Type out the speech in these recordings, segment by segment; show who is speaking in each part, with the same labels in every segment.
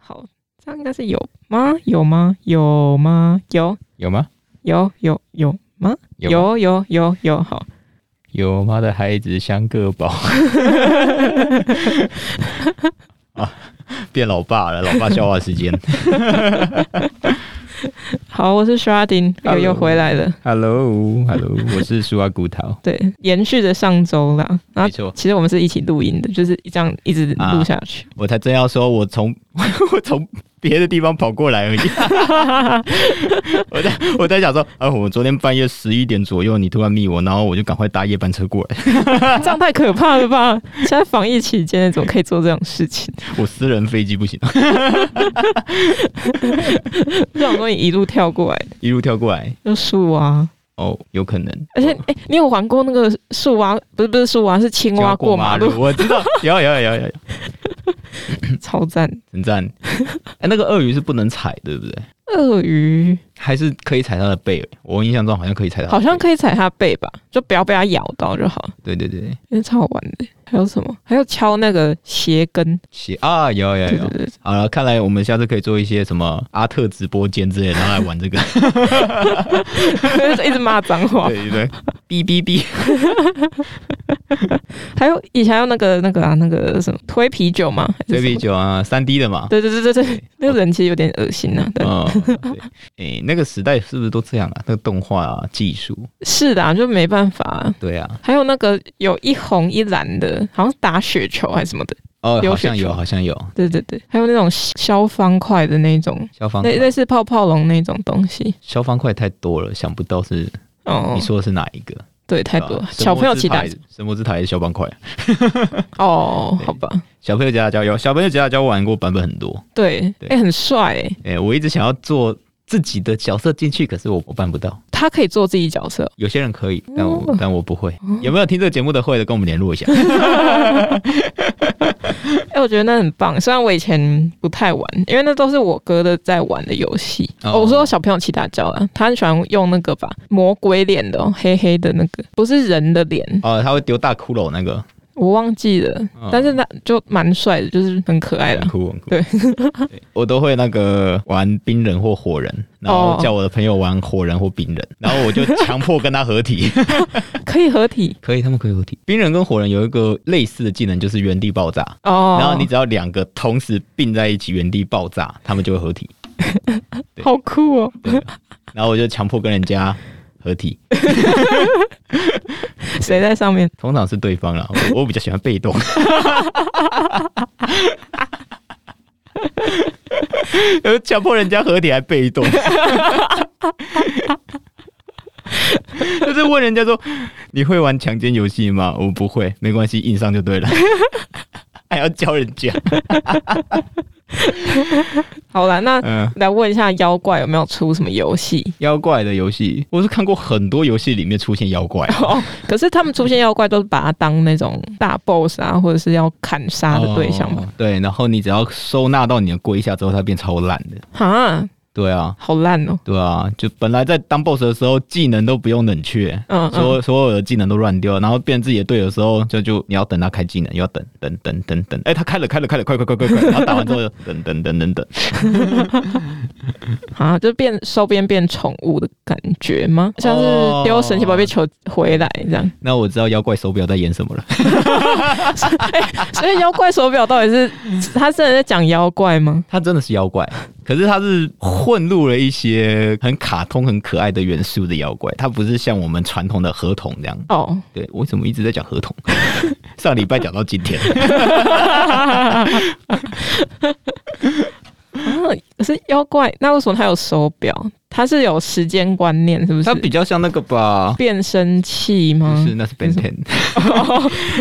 Speaker 1: 好，这样应该是有吗？有吗？有吗？有
Speaker 2: 有吗？
Speaker 1: 有有有吗？
Speaker 2: 有吗
Speaker 1: 有有有有好，
Speaker 2: 有妈的孩子像个 宝啊！变老爸了，老爸笑话时间。
Speaker 1: 好，我是 Sharding，又
Speaker 2: Hello
Speaker 1: 又回来了。
Speaker 2: Hello，Hello，我是苏阿骨头。
Speaker 1: 对，延续着上周啦，然
Speaker 2: 没
Speaker 1: 后
Speaker 2: 错，啊
Speaker 1: 其实我们是一起录音的，就是这样一直录下去。
Speaker 2: 我才真要说，我从 我从别的地方跑过来而已。 我在我在想说，啊，我昨天半夜十一点左右，你突然密我，然后我就赶快搭夜班车过来，
Speaker 1: 这样太可怕了吧！现在防疫期间怎么可以做这种事情？
Speaker 2: 我私人飞机不行，
Speaker 1: 不想说你一路跳过来
Speaker 2: 一路跳过来。
Speaker 1: 就树蛙，
Speaker 2: 哦，有可能。
Speaker 1: 而且哎、你有玩过那个树蛙？不是不是树蛙，是青蛙过马路，，
Speaker 2: 我知道，有有有有有，
Speaker 1: 超赞！
Speaker 2: 很 赞。哎，那个鳄鱼是不能踩的，对不对？
Speaker 1: 鳄鱼
Speaker 2: 还是可以踩它的背？我印象中好像可以踩它。
Speaker 1: 好像。可以踩它背吧，就不要被它咬到就好，
Speaker 2: 对对对，
Speaker 1: 因为超好玩的。还有什么？还有敲那个鞋跟，
Speaker 2: 鞋啊，有有
Speaker 1: 对
Speaker 2: 有
Speaker 1: 对。对，
Speaker 2: 好了，看来我们下次可以做一些什么阿特直播间之类的，然后来玩这个。
Speaker 1: 一直骂脏话。
Speaker 2: 对对 对，哔哔哔。
Speaker 1: 还有以前还有那个那个啊那个什么推啤酒嘛，还是
Speaker 2: 对
Speaker 1: 什么
Speaker 2: 啤酒啊，三 D 的嘛。
Speaker 1: 对对对对对，那个人其实有点恶心啊。对，
Speaker 2: 嗯，对，哎、那个时代是不是都这样啊？那个动画、啊、技术，
Speaker 1: 是的、啊，就没办法啊、
Speaker 2: 对啊，
Speaker 1: 还有那个有一红一蓝的，好像打雪球还是什么的。
Speaker 2: 哦，
Speaker 1: 流
Speaker 2: 好
Speaker 1: 水
Speaker 2: 像有，
Speaker 1: 球
Speaker 2: 好像有，
Speaker 1: 对对对，还有那种消方块的那种，
Speaker 2: 消防
Speaker 1: 类类似泡泡龙那种东西。
Speaker 2: 消防块太多了，想不到是、
Speaker 1: 哦
Speaker 2: 你，说的是哪一个？
Speaker 1: 对，太多
Speaker 2: 对吧
Speaker 1: 小朋友期待。
Speaker 2: 神魔之塔也是消防块，
Speaker 1: 哦，
Speaker 2: 对
Speaker 1: 好吧，
Speaker 2: 小朋友吉他交有，小朋友吉他交玩过版本很多。
Speaker 1: 对，
Speaker 2: 对
Speaker 1: 哎，很帅哎，
Speaker 2: 哎、我一直想要做自己的角色进去，可是我我办不到。
Speaker 1: 他可以做自己角色。
Speaker 2: 有些人可以，但我、
Speaker 1: 哦
Speaker 2: 但我不会。有没有听这个节目的会的，跟我们联络 一下？
Speaker 1: 哎，我觉得那很棒。虽然我以前不太玩，因为那都是我哥的在玩的游戏。
Speaker 2: 哦
Speaker 1: 哦我说小朋友骑大脚啊，他很喜欢用那个吧，魔鬼脸的、哦，黑黑的那个，不是人的脸，
Speaker 2: 哦，他会丢大骷髅那个，
Speaker 1: 我忘记了。
Speaker 2: 哦
Speaker 1: 但是那就蛮帅的，就是很可爱
Speaker 2: 哎很
Speaker 1: 的。
Speaker 2: 酷很酷。
Speaker 1: 对
Speaker 2: 对我都会那个玩冰人或火人，然后
Speaker 1: 哦
Speaker 2: 叫我的朋友玩火人或冰人，然后我就强迫跟他 合体。
Speaker 1: 可以合体
Speaker 2: 可以，他们可以合体。冰人跟火人有一个类似的技能，就是原地爆炸。
Speaker 1: 哦，
Speaker 2: 然后你只要两个同时并在一起原地爆炸，他们就会合体。对
Speaker 1: 好酷哦！
Speaker 2: 对然后我就强迫跟人家合体，
Speaker 1: 谁在上面？
Speaker 2: 通常是对方啦。我我比较喜欢被动。呃，强迫人家合体还被动，就是问人家说你会玩强奸游戏吗？我不会，没关系，硬上就对了。 还要教人家，
Speaker 1: 好啦，那
Speaker 2: 嗯、
Speaker 1: 来问一下妖怪有没有出什么游戏？
Speaker 2: 妖怪的游戏，我是看过很多游戏里面出现妖怪，
Speaker 1: 哦，可是他们出现妖怪都是把它当那种大 boss 啊，或者是要砍杀的对象嘛？
Speaker 2: 哦对，然后你只要收纳到你的龟下之后，它变超烂的。
Speaker 1: 哈，
Speaker 2: 对啊，
Speaker 1: 好烂哦！
Speaker 2: 对啊，就本来在当 boss 的时候，技能都不用冷却。
Speaker 1: 嗯，
Speaker 2: 所
Speaker 1: 嗯
Speaker 2: 有所有的技能都乱丢，然后变自己的队友的时候，就就你要等他开技能，又要等等等等等，哎、他开了开了开了，快快快快快， 然后打完之后又等等等等等，
Speaker 1: 啊，就变收编变宠物的感觉吗？像
Speaker 2: 哦
Speaker 1: 是丢神奇宝贝球回来这 样。
Speaker 2: 那我知道妖怪手表在演什么了。
Speaker 1: 所以妖怪手表到底是他真的在讲妖怪吗？
Speaker 2: 他真的是妖怪，可是他是混入了一些很卡通、很可爱的元素的妖怪，他不是像我们传统的合同这样。
Speaker 1: 哦，
Speaker 2: 对，我怎么一直在讲合同？ 上礼拜讲到今 天，
Speaker 1: 啊，可是妖怪那为什么他有手表？他是有时间观念是不
Speaker 2: 它
Speaker 1: 是？
Speaker 2: 比较像那个吧。
Speaker 1: 变声器
Speaker 2: 不
Speaker 1: 吗？
Speaker 2: 是，嗯那是 Ben Ten，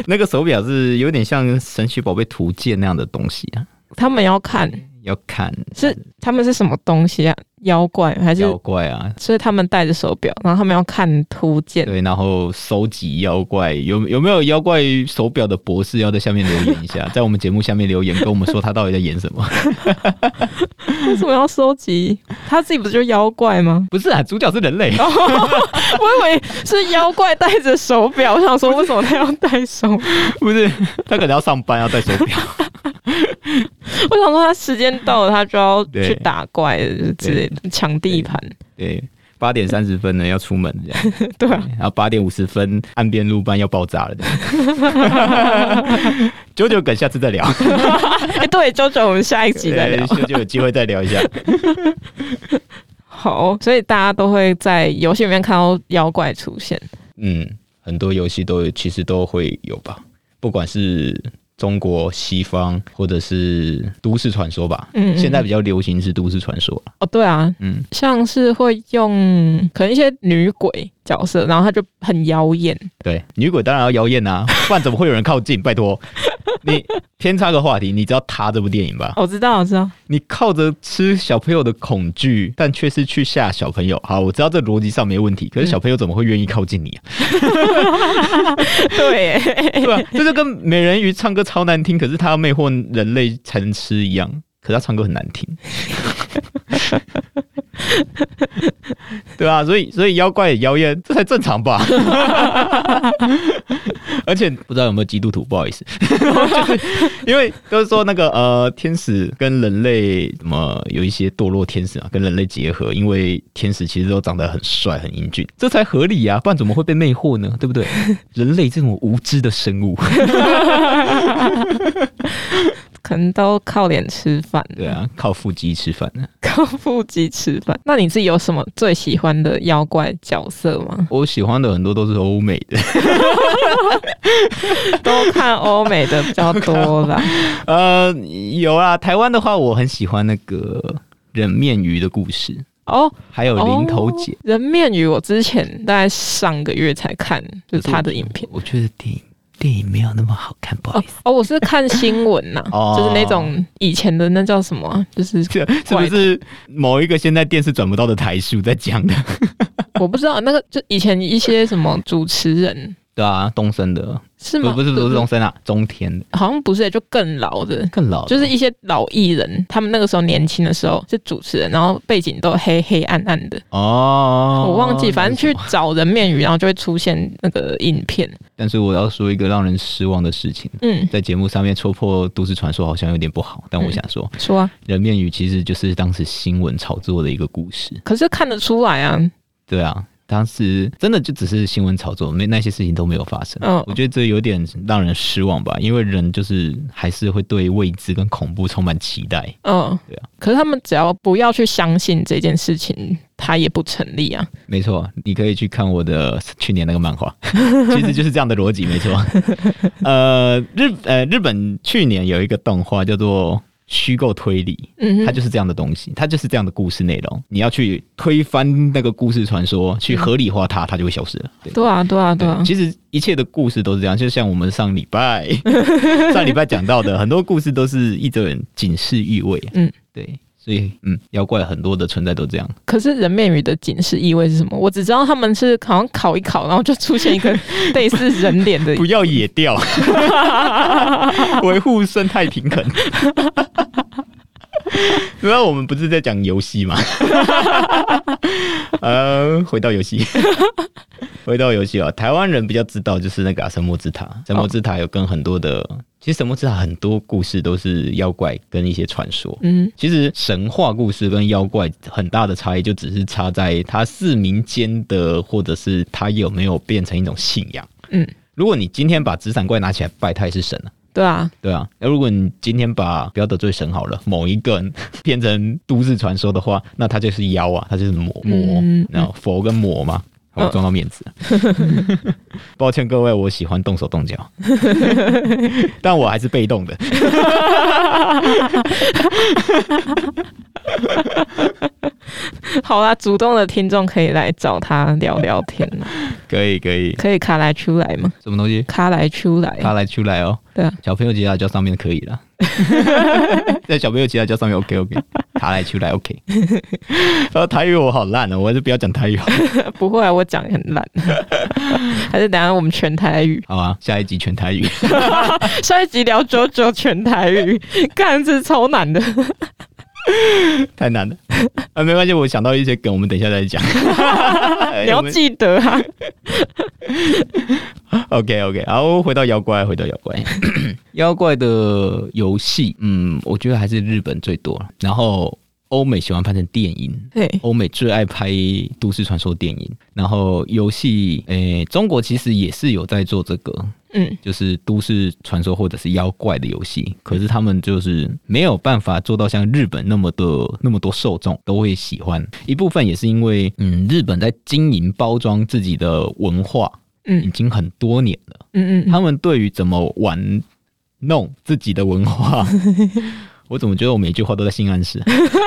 Speaker 2: 那 个手表是有点像神奇宝贝图鉴那样的东西啊。
Speaker 1: 他们要看
Speaker 2: 要看
Speaker 1: 是他们是什么东西啊？妖怪还是
Speaker 2: 妖？怪啊，
Speaker 1: 所以他们戴着手表，然后他们要看图鉴。
Speaker 2: 对，然后收集妖怪，有有没有妖怪手表的博士要在下面留言一 下，在我们节目下面留言，跟我们说他到底在演什么？
Speaker 1: 为什么要收集？他自己不就是妖怪 吗？
Speaker 2: 不是啊，主角是 人类。
Speaker 1: 我以为是妖怪戴着手表，我想说为什么他要戴手？
Speaker 2: 不是，他可能要上班要戴手表。
Speaker 1: 我想说他时间到了，他就要去
Speaker 2: 对
Speaker 1: 打怪之类的，抢地盘。
Speaker 2: 对，八点三十分呢要出门这样，
Speaker 1: 对啊，
Speaker 2: 然后八点五十分岸边路班要爆炸了 这样。九九梗下次再聊，
Speaker 1: 哎、对，周周，我们下一集再聊。
Speaker 2: 对就有机会再聊一下。
Speaker 1: 好，所以大家都会在游戏里面看到妖怪出现。
Speaker 2: 嗯，很多游戏都有，其实都会有吧，不管是中国、西方，或者是都市传说吧。
Speaker 1: 嗯嗯嗯
Speaker 2: 现在比较流行是都市传说啦
Speaker 1: 哦，对啊，
Speaker 2: 嗯，
Speaker 1: 像是会用可能一些女鬼角色，然后她就很妖艳。
Speaker 2: 对，女鬼当然要妖艳啊，不然怎么会有人靠近？拜托，你偏差个话题，你知道《他》这部电影吧？
Speaker 1: 哦我知道，我知道，
Speaker 2: 你靠着吃小朋友的恐惧，但却是去吓小朋友。好，我知道这逻辑上没问题，可是小朋友怎么会愿意靠近你啊？
Speaker 1: 对耶，
Speaker 2: 对吧？ 这就跟美人鱼唱歌超难听，可是她要魅惑人类才能吃一样。可是她唱歌很难听， 对啊，所以所以妖怪也妖艳，这才正常 吧？而且不知道有没有基督徒，不好意思， 就是因为都是说那个呃，天使跟人类什么有一些堕落天使啊，跟人类结合，因为天使其实都长得很帅很英俊，这才合理啊，不然怎么会被魅惑呢？对不对？人类这种无知的生 物，
Speaker 1: 可能都靠脸吃饭，
Speaker 2: 对啊，靠腹肌吃饭呢。
Speaker 1: 靠腹肌吃饭。那你自己有什么最喜欢的妖怪角色 吗？
Speaker 2: 我喜欢的很多都是欧美 的，
Speaker 1: 都看欧美的比较多啦。
Speaker 2: 呃，有啊，台湾的话，我很喜欢那个人面鱼的故事，
Speaker 1: 哦，
Speaker 2: 还有零头姐。
Speaker 1: 哦人面鱼，我之前大概上个月才看，就是他的影片。
Speaker 2: 我觉得电影电影没有那么好看，不好
Speaker 1: 哦
Speaker 2: 意思。
Speaker 1: 哦，我是看新闻呐、
Speaker 2: 哦
Speaker 1: 就是那种以前的那叫什么啊，就是
Speaker 2: 这是不是某一个现在电视转不到的台数在讲的？
Speaker 1: 我不知道那个，就以前一些什么主持人
Speaker 2: 对啊，东森的，
Speaker 1: 是
Speaker 2: 不
Speaker 1: 吗？
Speaker 2: 不是不是东，森啊，中天的
Speaker 1: 好像不是、就更老的，
Speaker 2: 更老的，
Speaker 1: 就是一些老艺人，他们那个时候年轻的时候是主持人，然后背景都黑黑暗暗的，
Speaker 2: 哦，
Speaker 1: 我忘记，反正
Speaker 2: 那是
Speaker 1: 去
Speaker 2: 什么
Speaker 1: 找人面鱼，然后就会出现那个影片，
Speaker 2: 但是我要说一个让人失望的事情，
Speaker 1: 嗯，
Speaker 2: 在节目上面戳破都市传说好像有点不好，但我想说，
Speaker 1: 说啊，
Speaker 2: 人面鱼其实就是当时新闻炒作的一个故事。
Speaker 1: 可是看得出来啊，
Speaker 2: 对啊，当时真的就只是新闻炒作，没那些事情都没有发生。
Speaker 1: 嗯
Speaker 2: 我觉得这有点让人失望吧，因为人就是还是会对未知跟恐怖充满期待。
Speaker 1: 嗯，
Speaker 2: 对啊，
Speaker 1: 可是他们只要不要去相信这件事情，它也不成立啊，
Speaker 2: 没错，你可以去看我的 去年那个漫画， 其实就是这样的逻辑，没错。呃，日呃日本去年有一个动画叫做《虚构推理》，
Speaker 1: 嗯哼，
Speaker 2: 它就是这样的东西，它就是这样的故事内容。你要去推翻那个故事传说，去合理化它，它就会消失了。对。
Speaker 1: 对啊，对啊，嗯对啊，
Speaker 2: 其实一切的故事都是这样，就像我们上礼 拜上礼拜讲到的，很多故事都是一种警示意味。啊
Speaker 1: 嗯，
Speaker 2: 对，所以嗯，妖怪很多的存在都这样。
Speaker 1: 可是人面鱼的警示意味是什么？我只知道他们是好像烤一烤，然后就出现一 个类似人脸的。
Speaker 2: 不要野 钓，维护生态平衡。主要我们不是在讲游戏嘛？呃，回到游戏，回到游戏啊，台湾人比较知道就是那个啊、神魔之塔，神魔之塔有跟很多的，其实神魔之塔很多故事都是妖怪跟一些传说。
Speaker 1: 嗯，
Speaker 2: 其实神话故事跟妖怪很大的差异，就只是差在它是民间的，或者是它有没有变成一种信仰。
Speaker 1: 嗯，
Speaker 2: 如果你今天把纸伞怪拿起来拜，它也是神啊，
Speaker 1: 对啊，
Speaker 2: 对啊。那如果你今天把不要得罪神好了，某一个人变成都市传说的话，那它就是妖啊，它就是魔魔
Speaker 1: 嗯，
Speaker 2: 然后佛跟魔嘛。我
Speaker 1: 嗯
Speaker 2: 撞到面子了，抱歉各位，我喜欢动手动脚，但我还是被动的。
Speaker 1: 好啦，主动的听众可以来找他聊聊天啦，
Speaker 2: 可以可以，
Speaker 1: 可以卡来出来吗？
Speaker 2: 什么东西？
Speaker 1: 卡来出来，
Speaker 2: 他来出来哦。
Speaker 1: 对啊，
Speaker 2: 小朋友吉他教上面可以了，在小朋友吉他教上面 OK OK，他来出来 OK。然后台语我好烂哦，我还是不要讲台语好了，
Speaker 1: 不会啊，我讲得很烂， 还是等一下我们全台语，
Speaker 2: 好吧？下一集全台语，
Speaker 1: 下一集聊九九全台语， 干这是超难的，
Speaker 2: 太难了。啊，没关系，我想到一些
Speaker 1: 哎
Speaker 2: 梗，我们等一下再讲。
Speaker 1: 你要
Speaker 2: 我们
Speaker 1: 记得啊，
Speaker 2: OK OK，好，回到妖怪，回到妖怪，妖怪的游戏，嗯，我觉得还是日本最多，然后欧美喜欢拍成电影，
Speaker 1: 对，
Speaker 2: 欧美最爱拍都市传说电影，然后游戏，诶、中国其实也是有在做这个，
Speaker 1: 嗯，
Speaker 2: 就是都市传说或者是妖怪的游戏，可是他们就是没有办法做到像日本那么的那么多受众都会喜欢。一部分也是因为，嗯，日本在经营包装自己的文化，
Speaker 1: 嗯
Speaker 2: 已经很多年了，
Speaker 1: 嗯嗯，
Speaker 2: 他们对于怎么玩弄自己的 文化。我怎么觉得我每句话都在性暗示？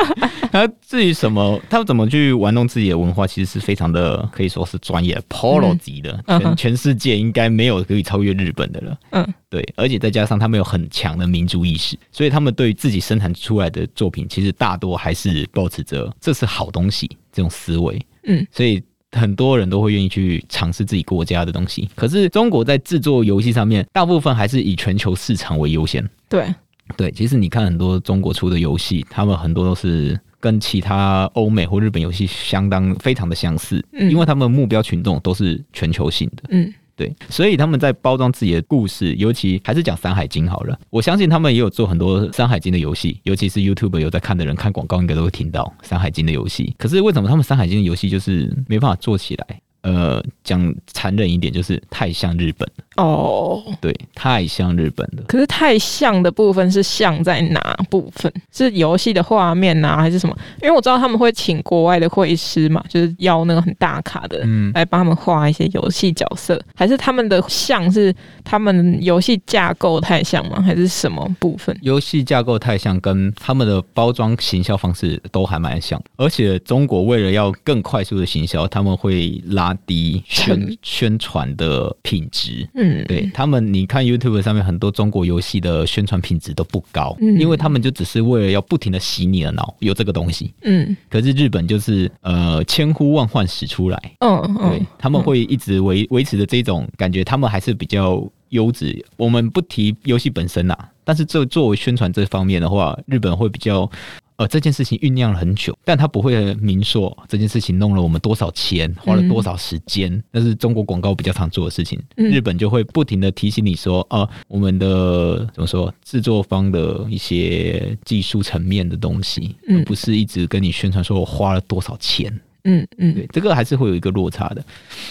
Speaker 2: 然后至于什么，他们怎么去玩弄自己的文化，其实是非常的可以说是专业的 polo 级的，
Speaker 1: 嗯
Speaker 2: 全
Speaker 1: 哼
Speaker 2: 全世界应该没有可以超越日本的了。
Speaker 1: 嗯，
Speaker 2: 对，而且再加上他们有很强的民族意识，所以他们对于自己生产出来的作品，其实大多还是保持着这是好东西这种思维。
Speaker 1: 嗯，
Speaker 2: 所以很多人都会愿意去尝试自己国家的东西。可是中国在制作游戏上面，大部分还是以全球市场为优先。
Speaker 1: 对，
Speaker 2: 对，其实你看很多中国出的游戏，他们很多都是跟其他欧美或日本游戏相当非常的相似，
Speaker 1: 嗯
Speaker 2: 因为他们目标群众都是全球性的。
Speaker 1: 嗯
Speaker 2: 对，所以他们在包装自己的故事，尤其还是讲《山海经》好了。我相信他们也有做很多《山海经》的游戏，尤其是 YouTube 有在看的人看广告，应该都会听到《山海经》的游戏。可是为什么他们《山海经》的游戏就是没办法做起来？呃，讲残忍一点，就是太像日本了，
Speaker 1: 哦，
Speaker 2: 对，太像日本了。
Speaker 1: 可是太像的部分是像在哪部分？是游戏的画面呐、还是什么？因为我知道他们会请国外的绘师嘛，就是邀那个很大咖的
Speaker 2: 嗯，
Speaker 1: 来帮他们画一些游戏角色，还是他们的像是他们游戏架构太像吗？还是什么部分？
Speaker 2: 游戏架构太像，跟他们的包装行销方式都还蛮像。而且中国为了要更快速的行销，他们会拉低宣宣传的品质。
Speaker 1: 嗯，
Speaker 2: 对他们，你看 YouTube 上面很多中国游戏的宣传品质都不高，
Speaker 1: 嗯
Speaker 2: 因为他们就只是为了要不停的洗你的脑，有这个东西。
Speaker 1: 嗯
Speaker 2: 可是日本就是呃千呼万唤始出来，
Speaker 1: 嗯
Speaker 2: 对
Speaker 1: 嗯，，
Speaker 2: 他们会一直维维持着这种感觉，他们还是比较优质。我们不提游戏本身啦、但是这作为宣传这方面的话，日本会比较。呃，这件事情酝酿了很久，但他不会明说这件事情弄了我们多少钱，花了多少时间，那、是中国广告比较常做的事情。
Speaker 1: 嗯
Speaker 2: 日本就会不停的提醒你说，呃，我们的怎么说，制作方的一些技术层面的东西，
Speaker 1: 嗯
Speaker 2: 而不是一直跟你宣传说我花了多少钱。
Speaker 1: 嗯嗯
Speaker 2: 对，这个还是会有一个落差的。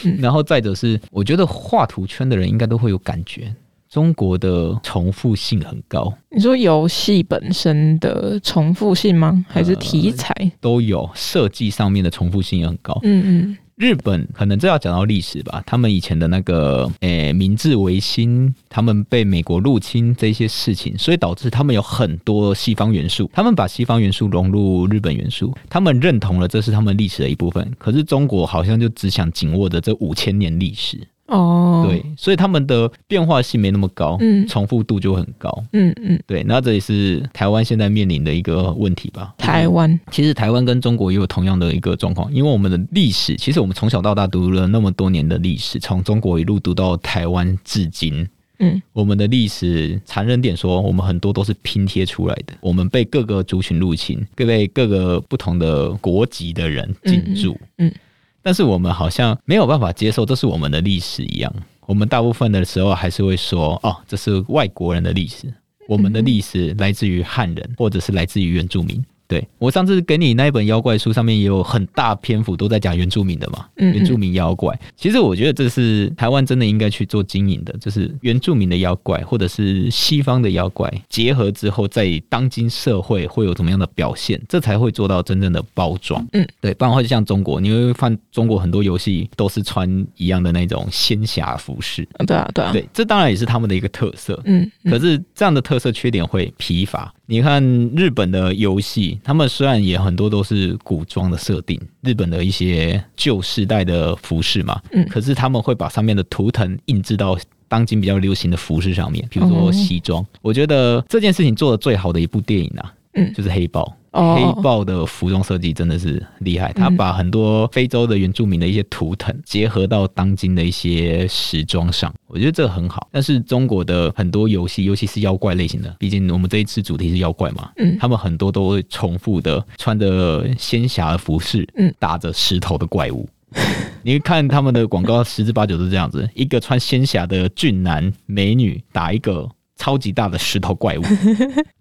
Speaker 1: 嗯
Speaker 2: 然后再者是，我觉得画图圈的人应该都会有感觉，中国的重复性很高，
Speaker 1: 你说游戏本身的重复性吗？还是题材？
Speaker 2: 都有设计上面的重复性也很高。
Speaker 1: 嗯嗯
Speaker 2: 日本可能这要讲到历史吧，他们以前的那个诶、明治维新，他们被美国入侵这些事情，所以导致他们有很多西方元素，他们把西方元素融入日本元素，他们认同了这是他们历史的一部分。可是中国好像就只想紧握着这五千年历史。
Speaker 1: 哦，
Speaker 2: 对，所以他们的变化性没那么高，
Speaker 1: 嗯
Speaker 2: 重复度就很高。
Speaker 1: 嗯嗯，
Speaker 2: 对，那这也是台湾现在面临的一个问题吧。
Speaker 1: 台湾，
Speaker 2: 其实台湾跟中国也有同样的一个状况，因为我们的历史，其实我们从小到大读了那么多年的历史，从中国一路读到台湾至今。
Speaker 1: 嗯
Speaker 2: 我们的历史残忍点说，我们很多都是拼贴出来的。我们被各个族群入侵，被各个不同的国籍的人进驻，
Speaker 1: 嗯嗯嗯
Speaker 2: 但是我们好像没有办法接受这是我们的历史一样。我们大部分的时候还是会说，哦，这是外国人的历史，我们的历史来自于汉人，或者是来自于原住民。对我上次给你那一本妖怪书，上面也有很大篇幅都在讲原住民的嘛，
Speaker 1: 嗯嗯
Speaker 2: 原住民妖怪。其实我觉得这是台湾真的应该去做经营的，就是原住民的妖怪或者是西方的妖怪结合之后，在当今社会会有怎么样的表现，这才会做到真正的包装。对，不然会像中国，你会看中国很多游戏都是穿一样的那种仙侠服饰，
Speaker 1: 对啊对啊，
Speaker 2: 对，这当然也是他们的一个特色。
Speaker 1: 嗯 嗯
Speaker 2: 可是这样的特色缺点会疲乏。你看日本的游戏，他们虽然也很多都是古装的设定，日本的一些旧时代的服饰嘛，
Speaker 1: 嗯
Speaker 2: 可是他们会把上面的图腾印制到。当今比较流行的服饰上面，比如说
Speaker 1: 哦
Speaker 2: 西装，我觉得这件事情做的最好的一部电影啊，
Speaker 1: 嗯
Speaker 2: 就是《黑豹》。黑
Speaker 1: 哦，嗯
Speaker 2: 豹的服装设计真的是厉害，他把很多非洲的原住民的一些图腾结合到当今的一些时装上，我觉得这很好。但是中国的很多游戏，尤其是妖怪类型的，毕竟我们这一次主题是妖怪嘛，
Speaker 1: 嗯
Speaker 2: 他们很多都会重复的穿着仙侠的服饰，
Speaker 1: 嗯
Speaker 2: 打着石头的怪物。 你看他们的广告十之八九都是这样子，一个穿仙侠的俊男美女打一个超级大的石头 怪物。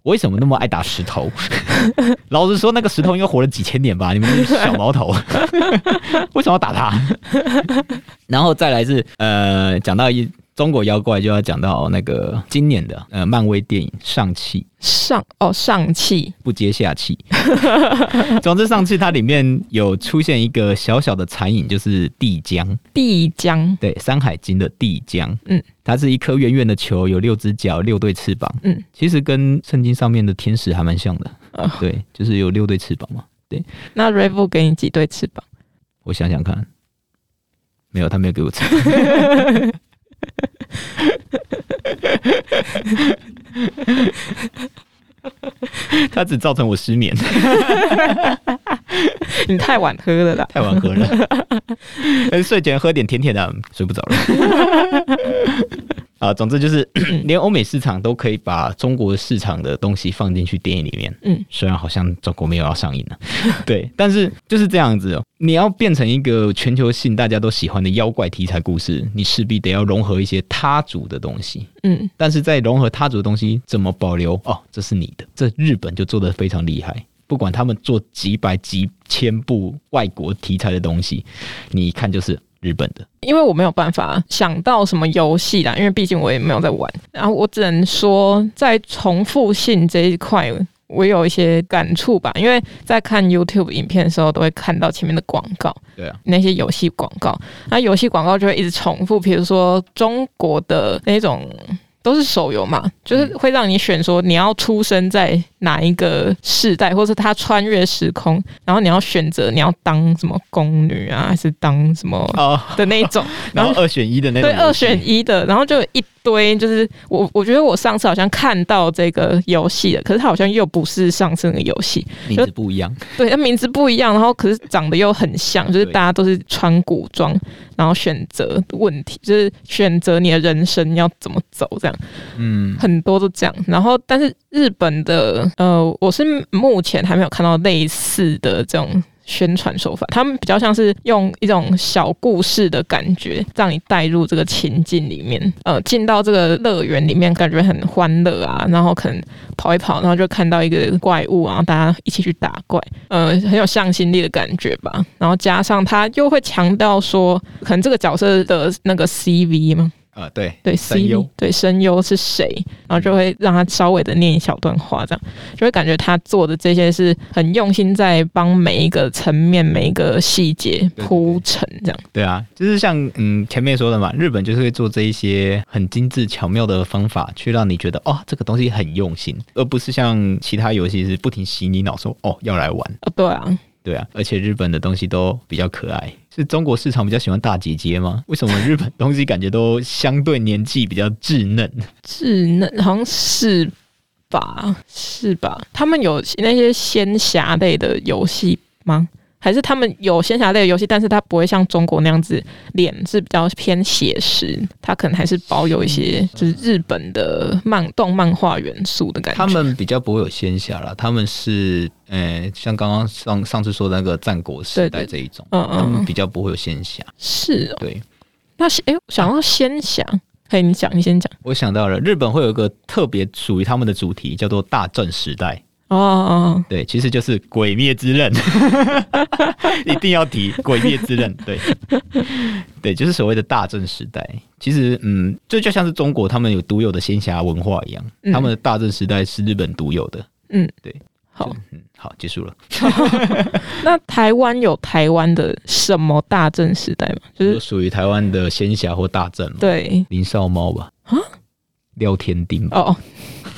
Speaker 2: 我为什么那么爱打石头？老实说，那个石头应该活了几千 年吧？你们这些小毛头， 为什么要打他？然后再来是呃，讲到一中国妖怪，就要讲到那个今年的呃漫威电影《上汽》。
Speaker 1: 上哦上气，
Speaker 2: 不接 下气。总之，上次它里面有出现一个小小的残影，就是地浆，
Speaker 1: 必将
Speaker 2: 对，《山海经》的地浆。
Speaker 1: 嗯，
Speaker 2: 它是一颗圆圆的球，有六只脚，六对翅膀。
Speaker 1: 嗯，
Speaker 2: 其实跟圣经上面的天使还蛮像的。
Speaker 1: 哦
Speaker 2: 对，就是有六对翅膀嘛。
Speaker 1: 那 Revo 给你几对翅膀？
Speaker 2: 我想想看，没有，他没有给我吃。他只造成我失眠，
Speaker 1: 你太晚喝了啦。
Speaker 2: 太晚喝了。但是睡前喝点甜甜的、嗯睡不着了。 啊，总之就是连欧美市场都可以把中国市场的东西放进去电影里面。
Speaker 1: 嗯，
Speaker 2: 虽然好像中国没有要上映了， 对，但是就是这样子哦。你要变成一个全球性大家都喜欢的妖怪题材故事，你势必得要融合一些他族的东西。
Speaker 1: 嗯，
Speaker 2: 但是在融合他族的东西怎么保留？哦，这是你的，这日本就做得非常厉害。不管他们做几百几千部外国题材的东西，你一看就是日本的。
Speaker 1: 因为我没有办法想到什么游戏啦，因为毕竟我也没有在玩。然后我只能说，在重复性这一块，我有一些感触吧。因为在看 YouTube 影片的时候，都会看到前面的广告，
Speaker 2: 对啊，
Speaker 1: 那些游戏广告，那游戏广告就会一直重复，比如说中国的那种。都是手游嘛，就是会让你选说你要出生在哪一个世代，或是他穿越时空，然后你要选择你要当什么宫女啊，还是当什么
Speaker 2: 哦，
Speaker 1: 的那一种，
Speaker 2: 然后二选一的那种
Speaker 1: 对
Speaker 2: 游戏，
Speaker 1: 二选一的，然后就有一堆，就是我我觉得我上次好像看到这个游戏了，可是它好像又不是上次那个游戏，
Speaker 2: 名字不一样。
Speaker 1: 对，它名字不一样，然后可是长得又很像，就是
Speaker 2: 对
Speaker 1: 大家都是穿古装，然后选择问题，就是选择你的人生要怎么走这样。
Speaker 2: 嗯，
Speaker 1: 很多都这样。然后，但是日本的呃，我是目前还没有看到类似的这种。宣传手法，他们比较像是用一种小故事的感觉，让你带入这个情境里面，呃，进到这个乐园里面，感觉很欢乐啊。然后可能跑一跑，然后就看到一个怪物，然啊后大家一起去打怪，呃，很有向心力的感觉吧。然后加上他又会强调说，可能这个角色的那个 CV 嘛，
Speaker 2: 啊，对，
Speaker 1: 对
Speaker 2: 声
Speaker 1: CV
Speaker 2: 优
Speaker 1: 对声优是谁，然后就会让他稍微的念一小段话，这样就会感觉他做的这些是很用心在帮每一个层面、每一个细节
Speaker 2: 对
Speaker 1: 铺陈，这样
Speaker 2: 对啊，就是像嗯前面说的嘛，日本就是会做这一些很精致巧妙的方法，去让你觉得哦这个东西很用心，而不是像其他游戏是不停洗你脑说哦要来玩。
Speaker 1: 哦，对啊，
Speaker 2: 对啊，而且日本的东西都比较可爱。是中国市场比较喜欢大姐姐吗？为什么日本东西感觉都相对年纪比较稚嫩？
Speaker 1: 稚嫩好像是吧？是吧？他们有那些仙侠类的游戏吗？还是他们有仙侠类的游戏，但是它不会像中国那样子，脸是比较偏写实，它可能还是保有一
Speaker 2: 嗯
Speaker 1: 些就是日本的漫动漫画元素的感觉。
Speaker 2: 他们比较不会有仙侠啦，他们是呃，像刚刚上上次说的那个战国时代
Speaker 1: 对
Speaker 2: 这一种，
Speaker 1: 嗯
Speaker 2: 他们
Speaker 1: 嗯，
Speaker 2: 比较不会有仙侠。
Speaker 1: 是哦。
Speaker 2: 对
Speaker 1: 那哎、诶想要先想，嘿，你讲，你先讲。
Speaker 2: 我想到了，日本会有一个特别属于他们的主题，叫做大正时代。
Speaker 1: 哦哦，
Speaker 2: 对，其实就是《鬼灭之 刃》，一定要提《鬼灭之刃》。对，对，就是所谓的大正时代。其实，嗯，这就像是中国他们有独有的仙侠文化一样，
Speaker 1: 嗯
Speaker 2: 他们的大正时代是日本独有的。
Speaker 1: 好。
Speaker 2: 嗯，好，结束了。
Speaker 1: 那台湾有台湾的什么大正时代吗？就
Speaker 2: 就是
Speaker 1: 是
Speaker 2: 属于台湾的仙侠或大正嘛，
Speaker 1: 对，
Speaker 2: 林少猫吧？啊，廖天丁吧。
Speaker 1: 哦哦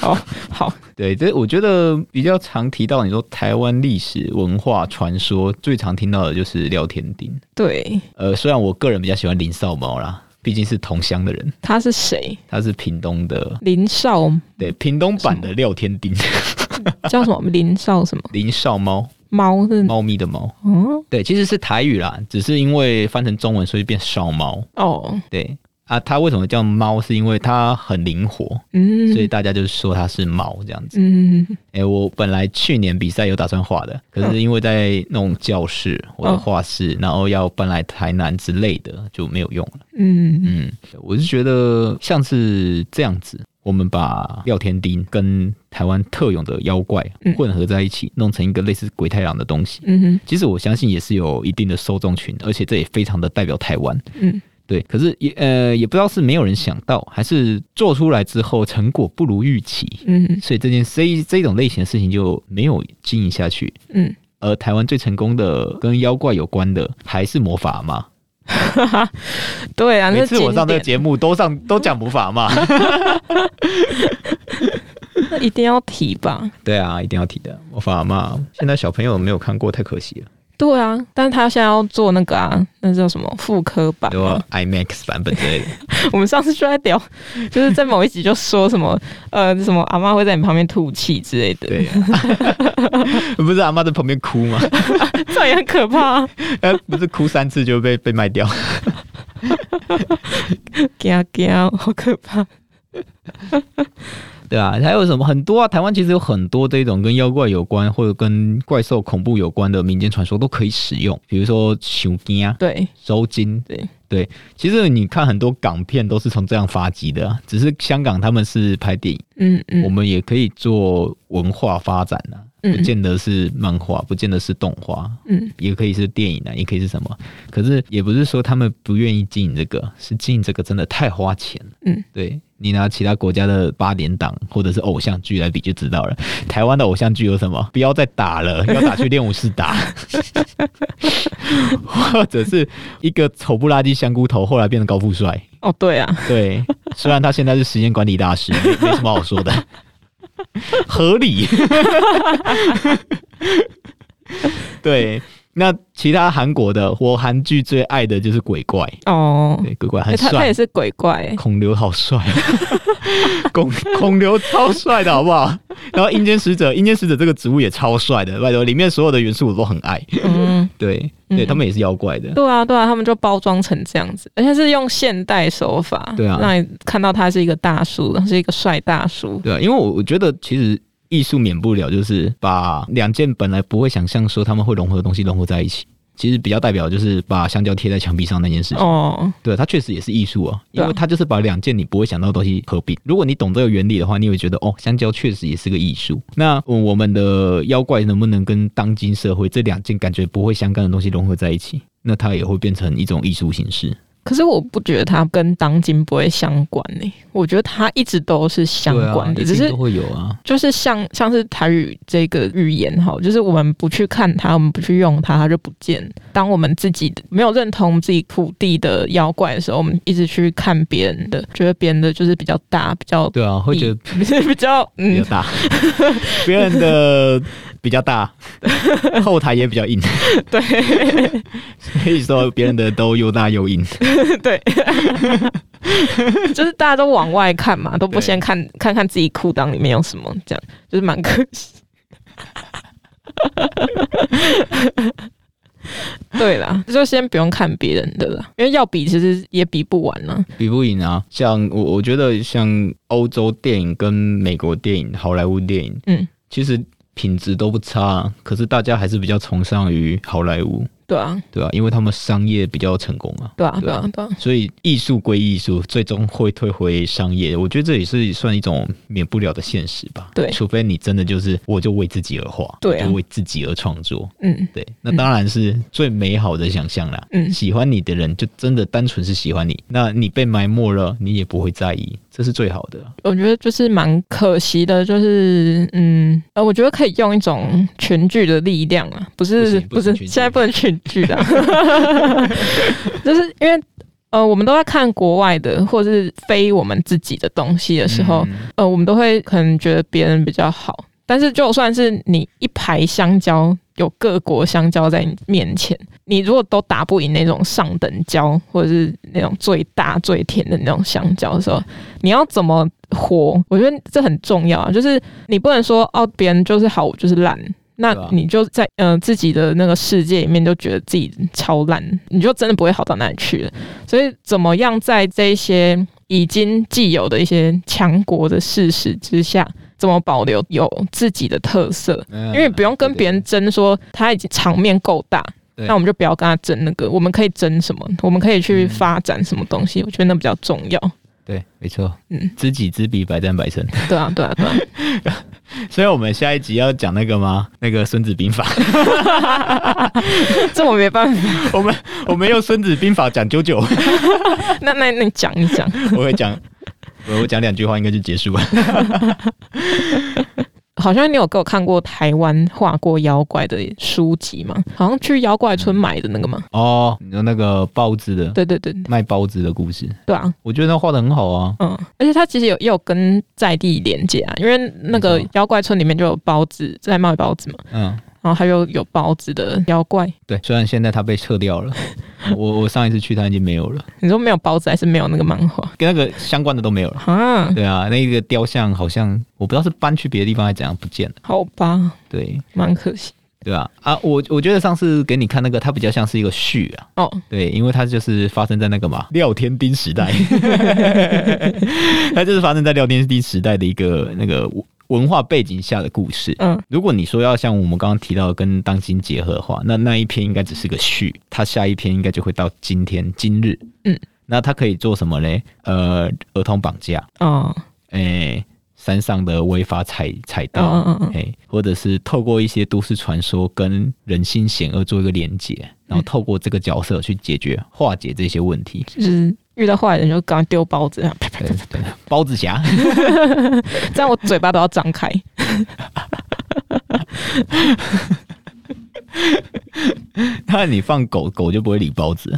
Speaker 1: 哦，好，
Speaker 2: 对，这我觉得比较常提到，你说台湾历史文化传说最常听到的就是廖天丁。
Speaker 1: 对，
Speaker 2: 呃，虽然我个人比较喜欢林少猫啦，毕竟是同乡的人，
Speaker 1: 他是谁？
Speaker 2: 他是屏东的，
Speaker 1: 林少
Speaker 2: 对，屏东版的廖天丁，
Speaker 1: 叫什么？林少什么
Speaker 2: 林少猫，
Speaker 1: 猫是？
Speaker 2: 猫咪的猫，
Speaker 1: 嗯
Speaker 2: 对，其实是台语啦，只是因为翻成中文，所以变少猫，
Speaker 1: 哦，
Speaker 2: 对。啊，它为什么叫猫？是因为它很灵活，
Speaker 1: 嗯，
Speaker 2: 所以大家就说它是猫这样子。
Speaker 1: 嗯，
Speaker 2: 哎、我本来去年比赛有打算画的，可是因为在那种教室，我的
Speaker 1: 嗯
Speaker 2: 画室，然后要搬来台南之类的，就没有用了。
Speaker 1: 嗯，
Speaker 2: 嗯，我是觉得像是这样子，我们把廖天丁跟台湾特有的妖怪
Speaker 1: 嗯
Speaker 2: 混合在一起，弄成一个类似鬼太郎的东西。
Speaker 1: 嗯，
Speaker 2: 其实我相信也是有一定的受众群，而且这也非常的代表台湾。
Speaker 1: 嗯，
Speaker 2: 对，可是也呃也不知道是没有人想到，还是做出来之后成果不如预期，
Speaker 1: 嗯，
Speaker 2: 所以这件这一这一种类型的事情就没有经营下去。
Speaker 1: 嗯，
Speaker 2: 而台湾最成功的跟妖怪有关的还是魔法嘛，
Speaker 1: 对啊，
Speaker 2: 每
Speaker 1: 那
Speaker 2: 次我上这个节
Speaker 1: 目
Speaker 2: 目都上都讲魔法嘛。
Speaker 1: 一定要提吧？
Speaker 2: 对啊，一定要提的魔法嘛。现在小朋友没有看过，太可惜 了。
Speaker 1: 对啊，但是他现在要做那个啊，那叫什么妇科版
Speaker 2: 有啊
Speaker 1: 吗？
Speaker 2: IMAX 版本之类的。
Speaker 1: 我们上次就在聊，就是在某一集就说什么呃什么阿妈会在你旁边吐气之类 的，
Speaker 2: 对、啊，不是阿妈在旁边哭吗？
Speaker 1: 这也很可怕、啊，
Speaker 2: 呃，不是哭三次就被被卖掉。
Speaker 1: 嘎嘎，好可怕。
Speaker 2: 对啊，还有什么很多啊？台湾其实有很多这种跟妖怪有关或者跟怪兽恐怖有关的民间传说都可以使用，比如说熊精啊、
Speaker 1: 对，
Speaker 2: 收金。
Speaker 1: 对
Speaker 2: 对，其实你看很多港片都是从这样发迹的、啊，只是香港他们是拍电影。
Speaker 1: 嗯
Speaker 2: 我
Speaker 1: 嗯
Speaker 2: 们也可以做文化发展呢、
Speaker 1: 嗯
Speaker 2: 不见得是漫画，不见得是动画，
Speaker 1: 嗯，
Speaker 2: 也可以是电影啊，也可以是什么。可是也不是说他们不愿意经营这个，是经营这个真的太花钱了。
Speaker 1: 嗯，
Speaker 2: 对你拿其他国家的八点档或者是偶像剧来比就知道了。台湾的偶像剧有什么？不要再打 了，要打去练武室打，或者是一个丑不拉几香菇头，后来变成高富帅。
Speaker 1: 哦对啊，
Speaker 2: 对，虽然他现在是时间管理大师，没没什么好说的，合理。对，那其他韩国的，我韩剧最爱的就是鬼怪，
Speaker 1: 哦，
Speaker 2: 对，鬼怪
Speaker 1: 欸
Speaker 2: 很
Speaker 1: 他他
Speaker 2: 帅
Speaker 1: 也，是鬼怪、欸，
Speaker 2: 孔刘好帅，孔孔刘超帅的好不好？然后阴间使者，阴间使者这个职务也超帅的，拜托，里面所有的元素我都很爱。
Speaker 1: 嗯，
Speaker 2: 对，对
Speaker 1: 嗯
Speaker 2: 他们也是妖怪的，
Speaker 1: 对啊对啊，他们就包装成这样子，而且是用现代手法，
Speaker 2: 对啊
Speaker 1: 让你看到他是一个大叔，他是一个帅大叔，
Speaker 2: 对啊，因为我我觉得其实艺术免不了就是把两件本来不会想象说他们会融合的东西融合在一起。其实比较代表就是把香蕉贴在墙壁上那件事情，
Speaker 1: 哦，
Speaker 2: 对，它确实也是艺术啊，因
Speaker 1: 对
Speaker 2: 为
Speaker 1: 啊
Speaker 2: 它就是把两件你不会想到的东西合并。如果你懂这个原理的话，你会觉得哦，香蕉确实也是个艺术。那嗯我们的妖怪能不能跟当今社会这两件感觉不会相干的东西融合在一起？那它也会变成一种艺术形式。
Speaker 1: 可是我不觉得他跟当今不会相关呢、我觉得他一直都是相关的，
Speaker 2: 对啊
Speaker 1: 只
Speaker 2: 一定
Speaker 1: 是
Speaker 2: 都会有啊。
Speaker 1: 就是像像是台语这个语言哈，就是我们不去看它，我们不去用它，它就不见。当我们自己没有认同自己土地的妖怪的时候，我们一直去看别人的，觉得别人的就是比较大，比较
Speaker 2: 对啊，会觉得
Speaker 1: 比比较
Speaker 2: 比较
Speaker 1: 嗯，
Speaker 2: 大， 别人的比 较大，后台也比较硬，
Speaker 1: 对
Speaker 2: 所以说别人的都又大又硬。
Speaker 1: 对，就是大家都往外看嘛，都不
Speaker 2: 对
Speaker 1: 先看看看自己裤裆里面有什么，这样就是蛮可惜。 对啦，就先不用看别人的啦，因为要比其实也比不完啦。
Speaker 2: 比不赢啊！像我，我觉得像欧洲电影跟美国电影、好莱坞电影，
Speaker 1: 嗯，
Speaker 2: 其实品质都不差，可是大家还是比较崇尚于好莱坞，
Speaker 1: 对啊，
Speaker 2: 对吧、因为他们商业比较成功啊。
Speaker 1: 对啊，
Speaker 2: 对
Speaker 1: 对
Speaker 2: 啊
Speaker 1: 啊，对啊，
Speaker 2: 所以艺术归艺术，最终会退回商业。我觉得这也是算一种免不了的现实吧。
Speaker 1: 对
Speaker 2: 除非你真的就是我就为自己而画，
Speaker 1: 对啊
Speaker 2: 我就为自己而创作。
Speaker 1: 嗯
Speaker 2: 对，那当然是最美好的想象啦。
Speaker 1: 嗯
Speaker 2: 喜欢你的人就真的单纯是喜欢你，那你被埋没了，你也不会在意，这是最好的。
Speaker 1: 我觉得就是蛮可惜的，就是嗯呃，我觉得可以用一种群聚的力量啊，不是
Speaker 2: 不行不
Speaker 1: 是
Speaker 2: 能群聚
Speaker 1: 现在不能群聚的啊， 就是因为呃，我们都在看国外的或是非我们自己的东西的时候，
Speaker 2: 嗯
Speaker 1: 呃，我们都会可能觉得别人比较好，但是就算是你一排香蕉，有各国香蕉在你面前，你如果都打不赢那种上等蕉，或者是那种最大最甜的那种香蕉的时候，你要怎么活？我觉得这很重要啊，就是你不能说哦，别人就是好，我就是烂。那
Speaker 2: 对啊
Speaker 1: 你就在呃自己的那个世界里面就觉得自己超烂，你就真的不会好到哪里去了。所以怎么样在这些已经既有的一些强国的事实之下，怎么保留有自己的特色？
Speaker 2: 因
Speaker 1: 因为不用跟别人争说他已经场面够大，
Speaker 2: 对
Speaker 1: 那我们就不要跟他争那个，我们可以争什么？我们可以去
Speaker 2: 嗯
Speaker 1: 发展什么东西？我觉得那比较重要。
Speaker 2: 对，没错，
Speaker 1: 嗯
Speaker 2: 嗯，知己知彼，百战百胜。
Speaker 1: 对啊，对啊，对啊。
Speaker 2: 所以我们下一集要讲那个吗？那个《孙子兵法》
Speaker 1: 这我没办法。
Speaker 2: 我们我们用《孙子兵法》讲九九，
Speaker 1: 那那那你讲一讲。
Speaker 2: 我会讲，我我讲两句话应该就结束了。
Speaker 1: 好像你有给我看过台湾画过妖怪的书籍吗？好像去妖怪村买的那个吗？
Speaker 2: 哦，你说那个包子的
Speaker 1: 对对对对
Speaker 2: 卖包子的故事，
Speaker 1: 对啊，
Speaker 2: 我觉得那画的很好啊。
Speaker 1: 嗯，而且它其实有也有跟在地连接啊，因为那个
Speaker 2: 没错
Speaker 1: 妖怪村里面就有包子在卖包子嘛，
Speaker 2: 嗯，
Speaker 1: 然后还有有包子的妖怪。
Speaker 2: 对，虽然现在它被撤掉了，我我上一次去它已经没有了，
Speaker 1: 你说没有包子还是没有那个漫画
Speaker 2: 跟那个相关的都没有了。
Speaker 1: 啊？
Speaker 2: 对啊，那个雕像好像我不知道是搬去别的地方还是怎样不见了。
Speaker 1: 好吧，
Speaker 2: 对
Speaker 1: 蛮可惜
Speaker 2: 对啊，啊，我我觉得上次给你看那个，它比较像是一个序啊。
Speaker 1: 哦。
Speaker 2: 对，因为它就是发生在那个嘛廖天丁时 代，它就是发生在廖天丁时代的一个那个文文化背景下的故事。
Speaker 1: 嗯，
Speaker 2: 如果你说要像我们刚刚提到的跟当今结合的话，那那一篇应该只是个序，它下一篇应该就会到今天今日。
Speaker 1: 嗯，
Speaker 2: 那它可以做什么嘞？呃，儿童绑架，
Speaker 1: 哦，
Speaker 2: 诶、山上的违法采采
Speaker 1: 嗯
Speaker 2: 盗，
Speaker 1: 嗯嗯
Speaker 2: 嘿，或者是透过一些都市传说跟人心险恶做一个连接，然后透过这个角色去解决化解这些问题。
Speaker 1: 嗯，就是遇到坏人就赶快丢包子，啪啪
Speaker 2: 对对， 包子侠，
Speaker 1: 这样我嘴巴都要张开。
Speaker 2: 那你放狗狗就不会理包 子，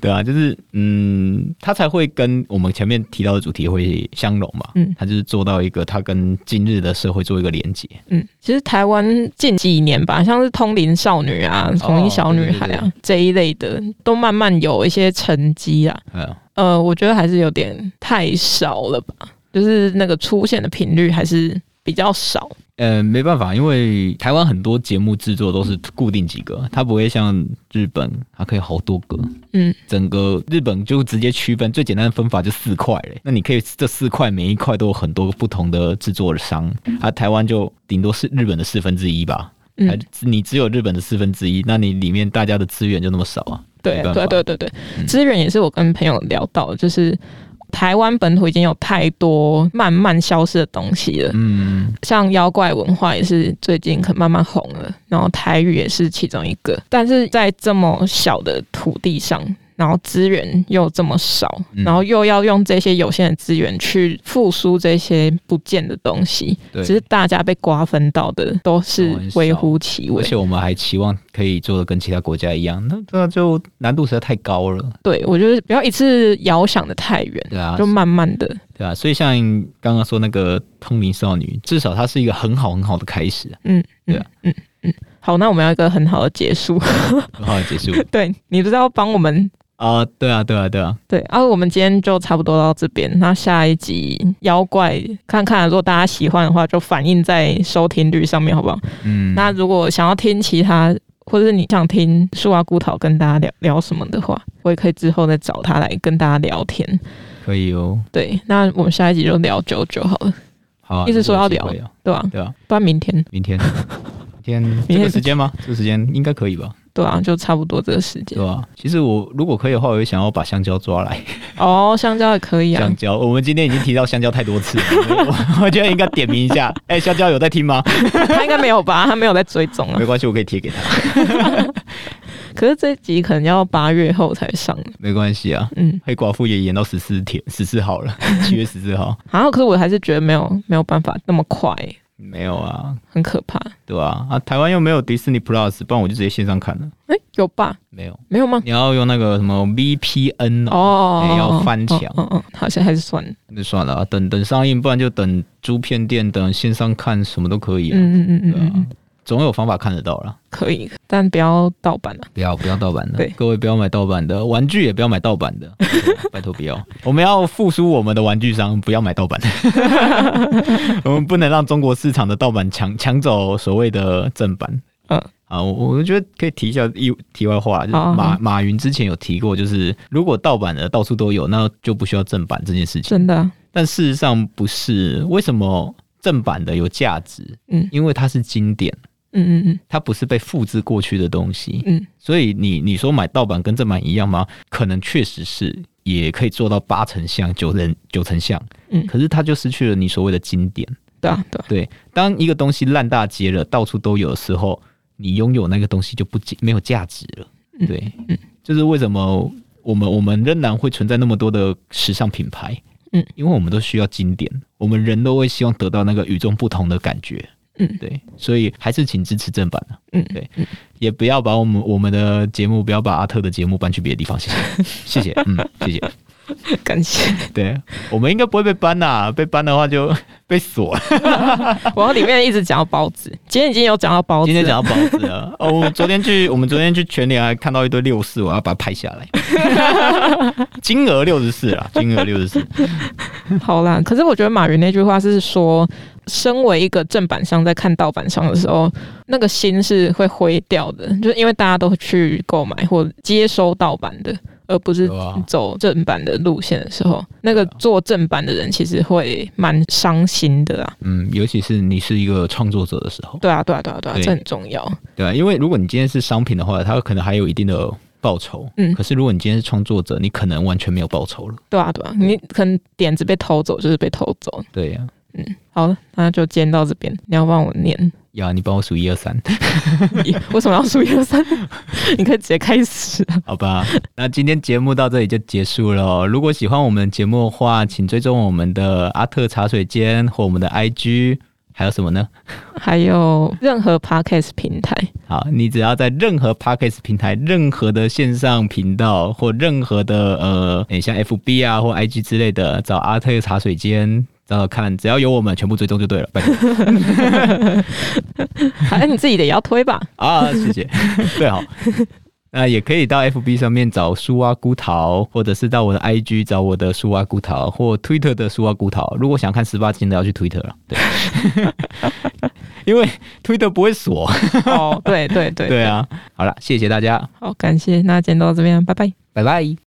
Speaker 2: 对啊，就是嗯，它才会跟我们前面提到的主题会相容嘛。
Speaker 1: 嗯
Speaker 2: 它就是做到一个它跟今日的社会做一个连接。
Speaker 1: 嗯，其实台湾近几年吧，像是通灵少女啊、红衣小女孩
Speaker 2: 哦对对
Speaker 1: 啊、
Speaker 2: 对
Speaker 1: 这一类的，都慢慢有一些成绩啊。
Speaker 2: 嗯，
Speaker 1: 呃，我觉得还是有点太少了吧，就是那个出现的频率还是比较少。
Speaker 2: 呃，没办法，因为台湾很多节目制作都是固定几个，它不会像日本，它可以好多个。
Speaker 1: 嗯，
Speaker 2: 整个日本就直接区分，最简单的分法就四块嘞。那你可以这四块每一块都有很多不同的制作商，啊，台湾就顶多是日本的四分之一吧。
Speaker 1: 嗯
Speaker 2: 还你只有日本的四分之一，那你里面大家的资源就那么少啊。
Speaker 1: 对
Speaker 2: 没办
Speaker 1: 对
Speaker 2: 法
Speaker 1: 对对对，
Speaker 2: 嗯
Speaker 1: 资源也是我跟朋友聊到的，就是台湾本土已经有太多慢慢消失的东西了。
Speaker 2: 嗯，
Speaker 1: 像妖怪文化也是最近可慢慢红了，然后台语也是其中一个。但是在这么小的土地上，然后资源又这么少，
Speaker 2: 嗯
Speaker 1: 然后又要用这些有限的资源去复苏这些不见的东西，
Speaker 2: 对
Speaker 1: 只是大家被瓜分到的都是
Speaker 2: 都很少
Speaker 1: 微乎其
Speaker 2: 而
Speaker 1: 微。
Speaker 2: 且我们还期望可以做的跟其他国家一样，那那就难度实在太高了，
Speaker 1: 对我觉得不要一次遥想的太远，
Speaker 2: 对啊，
Speaker 1: 就慢慢的，
Speaker 2: 对啊，所以像刚刚说那个通灵少女，至少它是一个很好很好的开始，
Speaker 1: 嗯，
Speaker 2: 对啊
Speaker 1: 嗯，嗯嗯。好，那我们要一个很好的结束。
Speaker 2: 很好的结束
Speaker 1: 对你不是要帮我们
Speaker 2: 啊、对啊，对啊，对啊，
Speaker 1: 对，啊，我们今天就差不多到这边。那下一集妖怪看看，如果大家喜欢的话，就反映在收听率上面，好不好？
Speaker 2: 嗯，
Speaker 1: 那如果想要听其他，或者是你想听树蛙骨头跟大家聊聊什么的话，我也可以之后再找他来跟大家聊天。
Speaker 2: 可以哦，
Speaker 1: 对，那我们下一集就聊九九好了，
Speaker 2: 好、啊，
Speaker 1: 一直说要
Speaker 2: 有机
Speaker 1: 聊
Speaker 2: 会啊，
Speaker 1: 对吧、啊？
Speaker 2: 对啊，
Speaker 1: 不然明天，
Speaker 2: 明天，明天
Speaker 1: 天
Speaker 2: 这个时间吗？这个时间应该可以吧，
Speaker 1: 对啊，就差不多这个时间
Speaker 2: 对。吧、其实我如果可以的话，我也想要把香蕉抓来，
Speaker 1: 哦，香蕉也可以啊
Speaker 2: 香。蕉，我们今天已经提到香蕉太多次了，我我觉得应该点名一下，哎、香蕉有在听吗？
Speaker 1: 他应该没有吧？他没有在追踪啊
Speaker 2: 没。关系，我可以贴给他，
Speaker 1: 可是这一集可能要八月后才上。
Speaker 2: 没关系啊。
Speaker 1: 嗯，
Speaker 2: 黑寡妇也延到十四天，十四号了，七月十四号。
Speaker 1: 啊，可是我还是觉得没有没有办法那么快，
Speaker 2: 没有啊，
Speaker 1: 很可怕。
Speaker 2: 对吧、啊？台湾又没有迪士尼 Plus，不然我就直接线上看了。
Speaker 1: 哎、有吧？
Speaker 2: 没有，
Speaker 1: 没有吗？
Speaker 2: 你要用那个什么 VPN 哦，
Speaker 1: 哦，
Speaker 2: 哎要翻墙
Speaker 1: 嗯嗯，好像还是算了。
Speaker 2: 那算了啊、等等上映，不然就等租片店，等线上看，什么都可以啊。
Speaker 1: 嗯嗯嗯
Speaker 2: 对
Speaker 1: 嗯
Speaker 2: 啊
Speaker 1: 嗯，
Speaker 2: 总有方法看得到啦。
Speaker 1: 可以，但不要盗版啊了、
Speaker 2: 不要不要盗版的，
Speaker 1: 对
Speaker 2: 各位不要买盗版的玩具，也不要买盗版 的，拜托拜托不要。我们要复苏我们的玩具商，不要买盗 版的。我们不能让中国市场的盗版抢抢走所谓的正版。
Speaker 1: 嗯
Speaker 2: 啊，我我觉得可以提一下一题外话啦，就是
Speaker 1: 好好
Speaker 2: 马马云之前有提过，就是如果盗版的到处都有，那就不需要正版这件事情。
Speaker 1: 真的啊，
Speaker 2: 但事实上不是，为什么正版的有价值？
Speaker 1: 嗯
Speaker 2: 因为它是经典。
Speaker 1: 嗯嗯嗯
Speaker 2: 它不是被复制过去的东西，
Speaker 1: 嗯，
Speaker 2: 所以你你说买盗版跟正版一样吗？可能确实是，也可以做到八成像、九成九成像，
Speaker 1: 嗯
Speaker 2: 可是它就失去了你所谓的经典。
Speaker 1: 对啊对啊，
Speaker 2: 对，当一个东西烂大街了，到处都有的时候，你拥有那个东西就不仅没有价值了。
Speaker 1: 嗯
Speaker 2: 对，就是为什么我们我们仍然会存在那么多的时尚品牌，
Speaker 1: 嗯，
Speaker 2: 因为我们都需要经典，我们人都会希望得到那个与众不同的感觉。
Speaker 1: 嗯
Speaker 2: 对，所以还是请支持正版啊，
Speaker 1: 嗯
Speaker 2: 对，也不要把我们我们的节目，不要把阿特的节目搬去别的地方，谢 谢，谢谢，嗯，谢谢。
Speaker 1: 感谢，
Speaker 2: 对我们应该不会被搬呐、被搬的话就 被锁了。
Speaker 1: 我要里面一直讲到包子，今天已经有讲到包子了，
Speaker 2: 今天讲到包子了，哦，我们昨天去，我们昨天去全联还看到一堆六四，我要把它拍下来，金额六十四啊，金额六十四，
Speaker 1: 好啦，可是我觉得马云那句话是说，身为一个正版商在看盗版商的时候，那个心是会灰掉的，就是因为大家都去购买或接收盗版的，而不是
Speaker 2: 对啊
Speaker 1: 走正版的路线的时候，那个做正版的人其实会蛮伤心的啊。
Speaker 2: 嗯，尤其是你是一个创作者的时候，
Speaker 1: 对啊，对啊，对啊，对啊，
Speaker 2: 对
Speaker 1: 这很重要。
Speaker 2: 对啊，因为如果你今天是商品的话，它可能还有一定的报酬，
Speaker 1: 嗯
Speaker 2: 可是如果你今天是创作者，你可能完全没有报酬了，
Speaker 1: 对啊，对啊，你可能点子被偷走就是被偷走。
Speaker 2: 对呀、
Speaker 1: 好了，那就今天到这边。你要帮我念，
Speaker 2: 呀，你帮我数一二三，
Speaker 1: 你为什么要数一二三？ 你可以直接开始啊。
Speaker 2: 好吧？那今天节目到这里就结束了哦。如果喜欢我们的节目的话，请追踪我们的阿特茶水间或我们的 IG，还有什么呢？
Speaker 1: 还有任何 podcast 平台，
Speaker 2: 好，你只要在任何 podcast 平台、任何的线上频道或任何的呃，诶像 FB 啊或 IG 之类的，找阿特茶水间找找看，只要有我们全部追踪就对了。拜托
Speaker 1: 好哎，你自己的也要推吧。
Speaker 2: 啊，谢谢。 对好。那也可以到 FB 上面找苏蛙菇桃，或者是到我的 IG 找我的苏蛙菇桃，或 Twitter 的苏蛙菇桃。如果想看十八禁的，要去 Twitter 了。对， 因为 Twitter 不会锁。
Speaker 1: 哦，对对对
Speaker 2: 对，啊，好了，谢谢大家，
Speaker 1: 好，感谢，那今天到这边，拜拜。
Speaker 2: 拜拜。